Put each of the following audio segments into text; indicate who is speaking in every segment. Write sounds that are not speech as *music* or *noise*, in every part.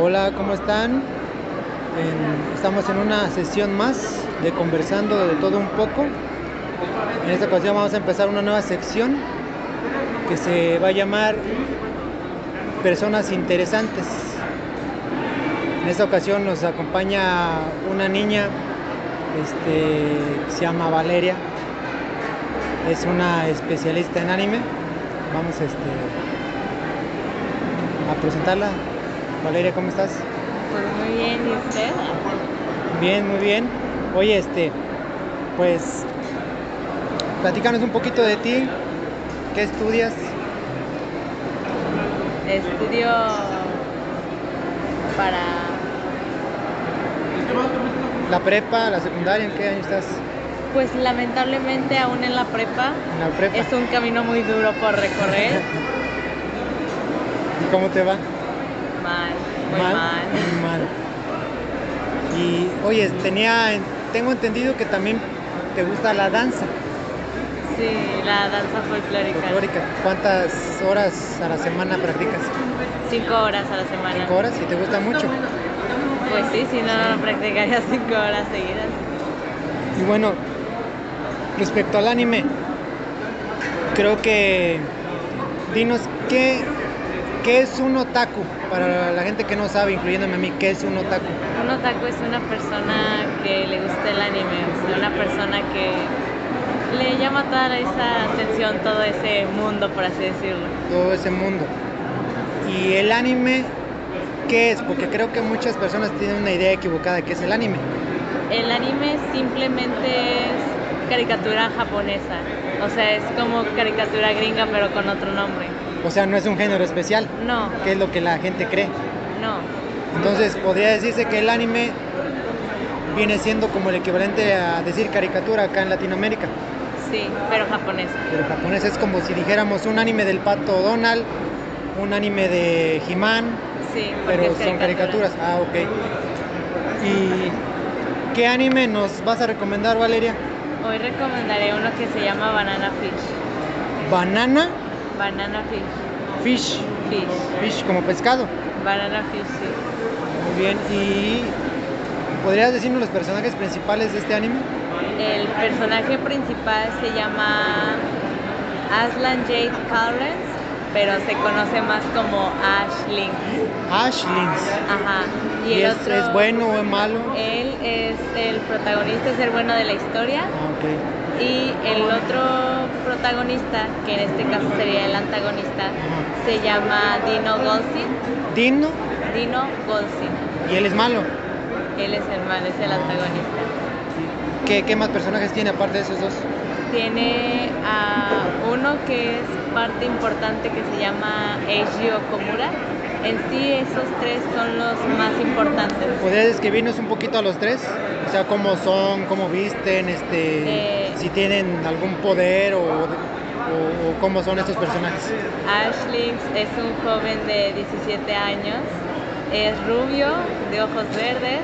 Speaker 1: Hola, ¿cómo están? En- estamos en una sesión más de conversando de todo un poco. En esta ocasión vamos a empezar una nueva sección que se va a llamar Personas Interesantes. En esta ocasión nos acompaña una niña, este, que se llama Valeria, es una especialista en anime. Vamos este, a presentarla. Valeria, ¿cómo estás?
Speaker 2: Pues muy bien, ¿y usted?
Speaker 1: Bien, muy bien. Oye, este, pues, platícanos un poquito de ti. ¿Qué estudias?
Speaker 2: Estudio para
Speaker 1: ¿La prepa, la secundaria? ¿En qué año estás?
Speaker 2: pues lamentablemente aún en la prepa
Speaker 1: En la prepa.
Speaker 2: es un camino muy duro
Speaker 1: *laughs*
Speaker 2: por recorrer.
Speaker 1: ¿Y cómo te va?
Speaker 2: Mal, muy mal.
Speaker 1: Muy mal. Y, oye, tenía, tengo entendido que también te gusta la danza
Speaker 2: Sí, la danza folclórica.
Speaker 1: folclórica. ¿Cuántas horas a la semana practicas?
Speaker 2: Cinco horas a la semana.
Speaker 1: ¿Cinco horas? ¿Y te gusta mucho?
Speaker 2: Pues sí, si no, no practicaría *laughs* cinco horas seguidas.
Speaker 1: Y bueno, respecto al anime, creo que dinos qué, qué es un otaku. Para la gente que no sabe, incluyéndome a mí, ¿qué es un otaku?
Speaker 2: Un otaku es una persona que le gusta el anime, o sea, una persona que le llama toda esa atención, todo ese mundo, por así decirlo.
Speaker 1: Todo ese mundo. Y el anime, ¿qué es? Porque creo que muchas personas tienen una idea equivocada de qué es el anime.
Speaker 2: El anime simplemente es caricatura japonesa, o sea, es como caricatura gringa pero con otro nombre.
Speaker 1: O sea, no es un género especial,
Speaker 2: No,
Speaker 1: que es lo que la gente cree.
Speaker 2: no,
Speaker 1: Entonces, podría decirse que el anime viene siendo como el equivalente a decir caricatura acá en Latinoamérica.
Speaker 2: sí, pero japonesa.
Speaker 1: Pero japonés es como si dijéramos un anime del pato Donald, un anime de He-Man,
Speaker 2: Sí, porque
Speaker 1: pero
Speaker 2: es
Speaker 1: son
Speaker 2: caricatura.
Speaker 1: caricaturas. Ah, ok. ¿Y qué anime nos vas a recomendar, Valeria?
Speaker 2: Hoy recomendaré uno que se llama Banana Fish.
Speaker 1: Banana
Speaker 2: Banana Fish,
Speaker 1: Fish.
Speaker 2: Fish,
Speaker 1: Fish como pescado.
Speaker 2: Banana Fish, sí.
Speaker 1: Muy bien. ¿Y podrías decirnos los personajes principales de este anime?
Speaker 2: El personaje principal se llama Aslan Jade Collins, pero se conoce más como Ashling.
Speaker 1: Ashlings.
Speaker 2: Ajá. Y,
Speaker 1: ¿Y
Speaker 2: el
Speaker 1: es,
Speaker 2: otro,
Speaker 1: es bueno o es malo?
Speaker 2: Él es el protagonista, es el bueno de la historia.
Speaker 1: Ah, ok.
Speaker 2: Y el otro protagonista, que en este caso sería el antagonista,
Speaker 1: Ajá.
Speaker 2: se llama Dino Golsin.
Speaker 1: Dino
Speaker 2: Dino Golsin.
Speaker 1: y él es malo.
Speaker 2: Él es el mal, es el antagonista.
Speaker 1: ¿Qué, qué más personajes tiene aparte de esos dos?
Speaker 2: Tiene a uno que es parte importante que se llama Eiji Okumura. En sí esos tres son los más importantes.
Speaker 1: ¿Podrías describirnos un poquito a los tres? O sea, cómo son, cómo visten, este,
Speaker 2: Eh.
Speaker 1: si tienen algún poder o, o- o cómo son estos personajes.
Speaker 2: Ashley es un joven de 17 años, es rubio, de ojos verdes,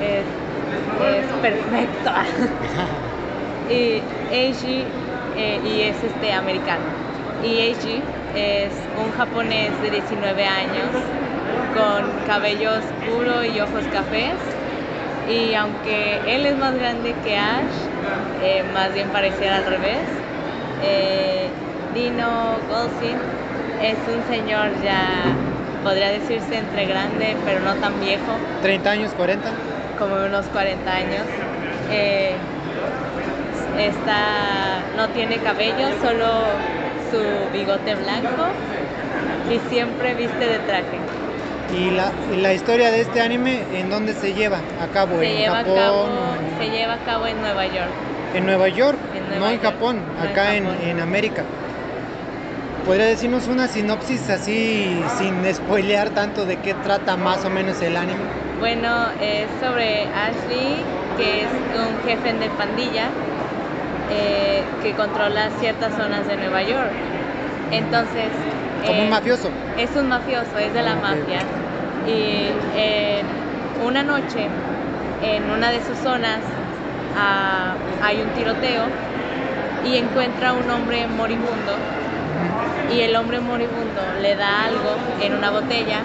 Speaker 2: es, es perfecto. *laughs* y Eiji eh, y es este americano. Y Eiji es un japonés de 19 años con cabello oscuro y ojos cafés. Y aunque él es más grande que Ash, eh, más bien pareciera al revés, eh, Dino Golsin es un señor ya, podría decirse entre grande, pero no tan viejo,
Speaker 1: 30 años, 40.
Speaker 2: como unos 40 años. Eh, está, no tiene cabello, solo su bigote blanco y siempre viste de traje.
Speaker 1: Y la, y la historia de este anime, ¿en dónde se lleva a cabo?
Speaker 2: Se
Speaker 1: ¿En
Speaker 2: lleva, a
Speaker 1: Japón?
Speaker 2: cabo,
Speaker 1: ¿En-
Speaker 2: se lleva a cabo en Nueva York.
Speaker 1: En Nueva York,
Speaker 2: En Nueva
Speaker 1: no en
Speaker 2: York,
Speaker 1: Japón,
Speaker 2: no en
Speaker 1: acá en,
Speaker 2: Japón.
Speaker 1: en América. ¿Podría decirnos una sinopsis así, sin spoilear tanto, de qué trata más o menos el anime?
Speaker 2: Bueno, es sobre Ashley, que es un jefe de pandilla eh, que controla ciertas zonas de Nueva York. Entonces.
Speaker 1: Como un
Speaker 2: eh,
Speaker 1: mafioso.
Speaker 2: Es un mafioso, es de la
Speaker 1: Ok.
Speaker 2: mafia. Y eh, una noche, en una de sus zonas, ah, hay un tiroteo y encuentra un hombre moribundo y el hombre moribundo le da algo en una botella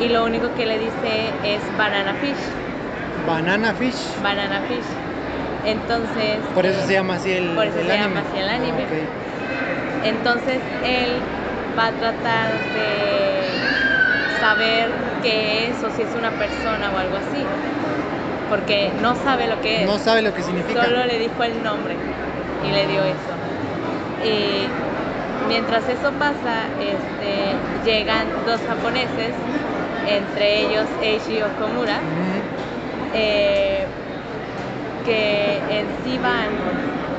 Speaker 2: y lo único que le dice es banana fish,
Speaker 1: Banana Fish.
Speaker 2: banana fish. Entonces,
Speaker 1: Por eso
Speaker 2: eh,
Speaker 1: se llama así el,
Speaker 2: por eso
Speaker 1: el
Speaker 2: se
Speaker 1: anime.
Speaker 2: llama así el anime.
Speaker 1: Ah, ok.
Speaker 2: Entonces él va a tratar de saber qué es o si es una persona o algo así. Porque no sabe lo que es.
Speaker 1: No sabe lo que significa.
Speaker 2: Solo le dijo el nombre y le dio eso. Y mientras eso pasa, este, llegan dos japoneses, entre ellos Eiji Okomura,
Speaker 1: Ujú.
Speaker 2: eh, que en sí van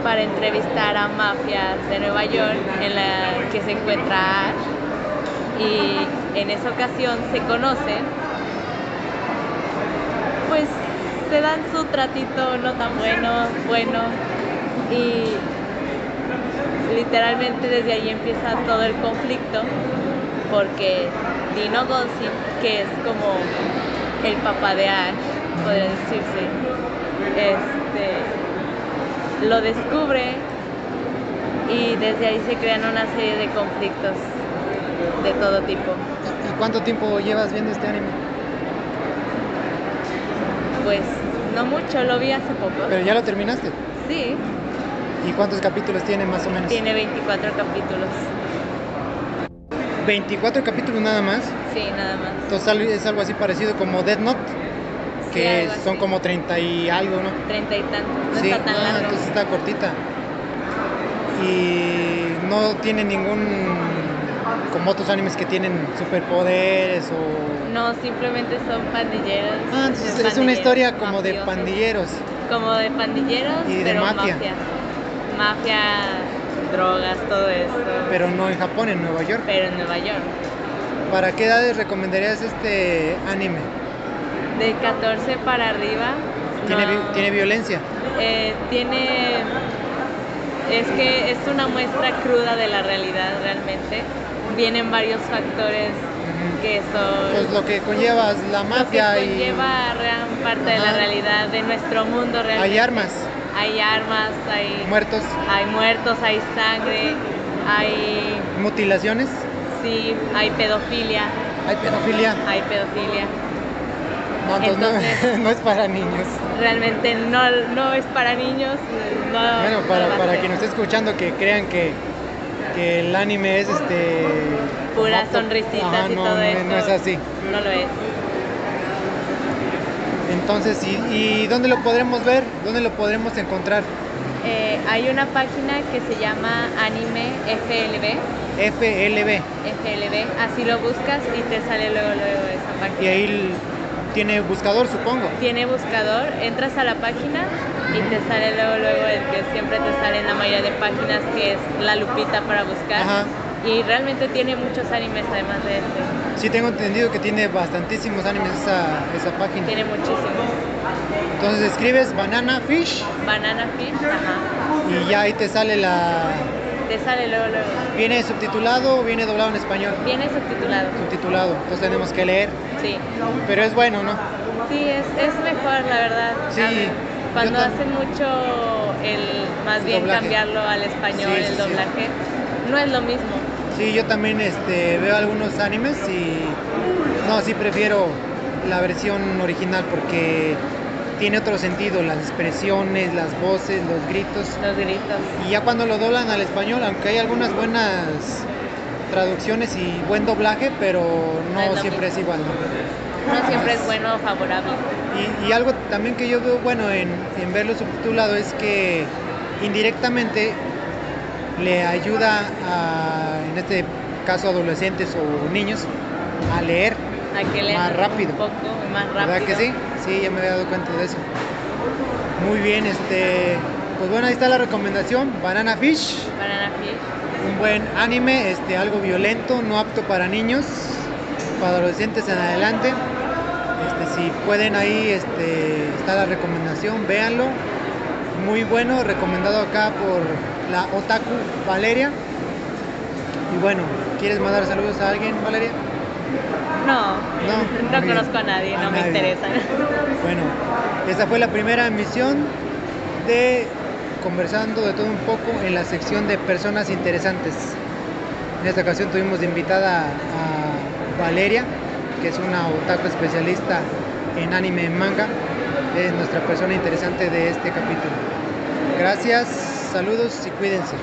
Speaker 2: para entrevistar a mafias de Nueva York en la que se encuentra Ash y en esa ocasión se conocen pues se dan su tratito no tan bueno bueno y literalmente desde ahí empieza todo el conflicto porque Dino Goldstein que es como el papá de Ash podría decirse este lo descubre y desde ahí se crean una serie de conflictos de todo tipo.
Speaker 1: ¿Y cuánto tiempo llevas viendo este anime?
Speaker 2: Pues no mucho, lo vi hace poco.
Speaker 1: Pero ya lo terminaste.
Speaker 2: Sí,
Speaker 1: ¿Y cuántos capítulos tiene más o menos?
Speaker 2: tiene 24 capítulos.
Speaker 1: 24 capítulos nada más.
Speaker 2: Sí, nada más.
Speaker 1: Entonces al- es algo así parecido como Death Note,
Speaker 2: Sí,
Speaker 1: que
Speaker 2: algo así.
Speaker 1: son como 30 y algo, ¿no?
Speaker 2: 30 y tantos, no
Speaker 1: sí,
Speaker 2: está tan
Speaker 1: ah,
Speaker 2: largo.
Speaker 1: entonces está cortita. Y no tiene ningún. como otros animes que tienen superpoderes o.
Speaker 2: No, simplemente son pandilleros.
Speaker 1: Ah, entonces es una
Speaker 2: pandilleros,
Speaker 1: historia como de
Speaker 2: mafiosos.
Speaker 1: pandilleros.
Speaker 2: Como de pandilleros,
Speaker 1: Y de
Speaker 2: pero
Speaker 1: mafia.
Speaker 2: mafia. Mafia, drogas, todo eso.
Speaker 1: Pero no en Japón, en Nueva York.
Speaker 2: pero en Nueva York.
Speaker 1: ¿Para qué edades recomendarías este anime?
Speaker 2: De 14 para arriba.
Speaker 1: ¿Tiene,
Speaker 2: no-
Speaker 1: vi- ¿tiene violencia?
Speaker 2: eh, tiene. Es que es una muestra cruda de la realidad realmente. Vienen varios factores
Speaker 1: Ujú.
Speaker 2: que son.
Speaker 1: Pues lo que conlleva es la
Speaker 2: lo que
Speaker 1: mafia y
Speaker 2: conlleva gran parte de la
Speaker 1: Ajá.
Speaker 2: realidad de nuestro mundo realmente.
Speaker 1: hay armas,
Speaker 2: Hay armas, hay,
Speaker 1: muertos,
Speaker 2: hay muertos, hay sangre, hay.
Speaker 1: mutilaciones,
Speaker 2: Sí, hay pedofilia.
Speaker 1: hay pedofilia.
Speaker 2: Hay pedofilia.
Speaker 1: No, entonces no-
Speaker 2: Entonces-
Speaker 1: *laughs* no, es para niños.
Speaker 2: Realmente no, no es para niños. No,
Speaker 1: Bueno,
Speaker 2: no va
Speaker 1: para,
Speaker 2: a
Speaker 1: para
Speaker 2: ser.
Speaker 1: quien nos esté escuchando que crean que, que el anime es este...
Speaker 2: puras
Speaker 1: como-
Speaker 2: sonrisitas
Speaker 1: Ajá,
Speaker 2: y
Speaker 1: no,
Speaker 2: todo
Speaker 1: no,
Speaker 2: eso.
Speaker 1: no es así.
Speaker 2: No lo es.
Speaker 1: Entonces, ¿y, y dónde lo podremos ver? ¿Dónde lo podremos encontrar?
Speaker 2: Eh, hay una página que se llama Anime FLB,
Speaker 1: FLB.
Speaker 2: FLB, así lo buscas y te sale luego luego esa página.
Speaker 1: Y ahí l- tiene buscador, supongo.
Speaker 2: Tiene buscador, entras a la página y te sale luego luego el que siempre te sale en la mayoría de páginas que es la lupita para buscar.
Speaker 1: Ajá.
Speaker 2: Y realmente tiene muchos animes además de este.
Speaker 1: Sí tengo entendido que tiene bastantísimos animes esa, esa página.
Speaker 2: Tiene muchísimos.
Speaker 1: Entonces escribes Banana Fish
Speaker 2: Banana Fish, ajá.
Speaker 1: y ya ahí te sale la...
Speaker 2: Te sale luego luego.
Speaker 1: ¿Viene subtitulado o viene doblado en español?
Speaker 2: Viene subtitulado.
Speaker 1: Subtitulado, entonces tenemos que leer.
Speaker 2: Sí.
Speaker 1: Pero es bueno, ¿no?
Speaker 2: Sí, es, es mejor, la verdad.
Speaker 1: Sí,
Speaker 2: A ver, Cuando
Speaker 1: yo tam-
Speaker 2: hacen mucho el, más
Speaker 1: El
Speaker 2: bien
Speaker 1: doblaje.
Speaker 2: cambiarlo al español,
Speaker 1: Sí, sí,
Speaker 2: el
Speaker 1: sí.
Speaker 2: doblaje, no es lo mismo.
Speaker 1: Sí, yo también este, veo algunos animes y no, sí prefiero la versión original porque tiene otro sentido, las expresiones, las voces, los gritos.
Speaker 2: Los gritos.
Speaker 1: Y ya cuando lo doblan al español, aunque hay algunas buenas traducciones y buen doblaje, pero
Speaker 2: No es
Speaker 1: no
Speaker 2: lo
Speaker 1: siempre es
Speaker 2: mismo.
Speaker 1: igual. ¿no?
Speaker 2: No siempre es bueno o favorable.
Speaker 1: Y, y algo también que yo veo bueno en, en verlo subtitulado es que indirectamente le ayuda a, en este caso, adolescentes o niños a leer.
Speaker 2: Hay que leer
Speaker 1: Más rápido.
Speaker 2: un poco más rápido.
Speaker 1: ¿Verdad que sí? Sí, ya me había dado cuenta de eso. Muy bien, este. Pues bueno, ahí está la recomendación: Banana Fish,
Speaker 2: Banana Fish.
Speaker 1: un buen anime, este, algo violento, no apto para niños, para adolescentes en adelante. Este, si pueden ahí, este, está la recomendación, véanlo. Muy bueno, recomendado acá por la Otaku Valeria. Y bueno, ¿quieres mandar saludos a alguien, Valeria?
Speaker 2: No,
Speaker 1: No,
Speaker 2: no,
Speaker 1: muy bien.
Speaker 2: conozco a nadie,
Speaker 1: A
Speaker 2: no
Speaker 1: nadie.
Speaker 2: me interesa.
Speaker 1: Bueno, esta fue la primera emisión de conversando de todo un poco en la sección de personas interesantes. En esta ocasión tuvimos de invitada a Valeria, que es una otaku especialista en anime y manga, es nuestra persona interesante de este capítulo. Gracias, saludos y cuídense.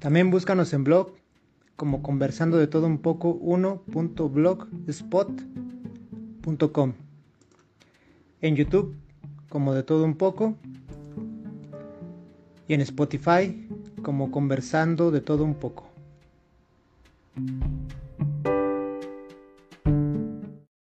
Speaker 1: También búscanos en blog como conversando de todo un poco 1.blogspot.com. En YouTube como de todo un poco y en Spotify como conversando de todo un poco.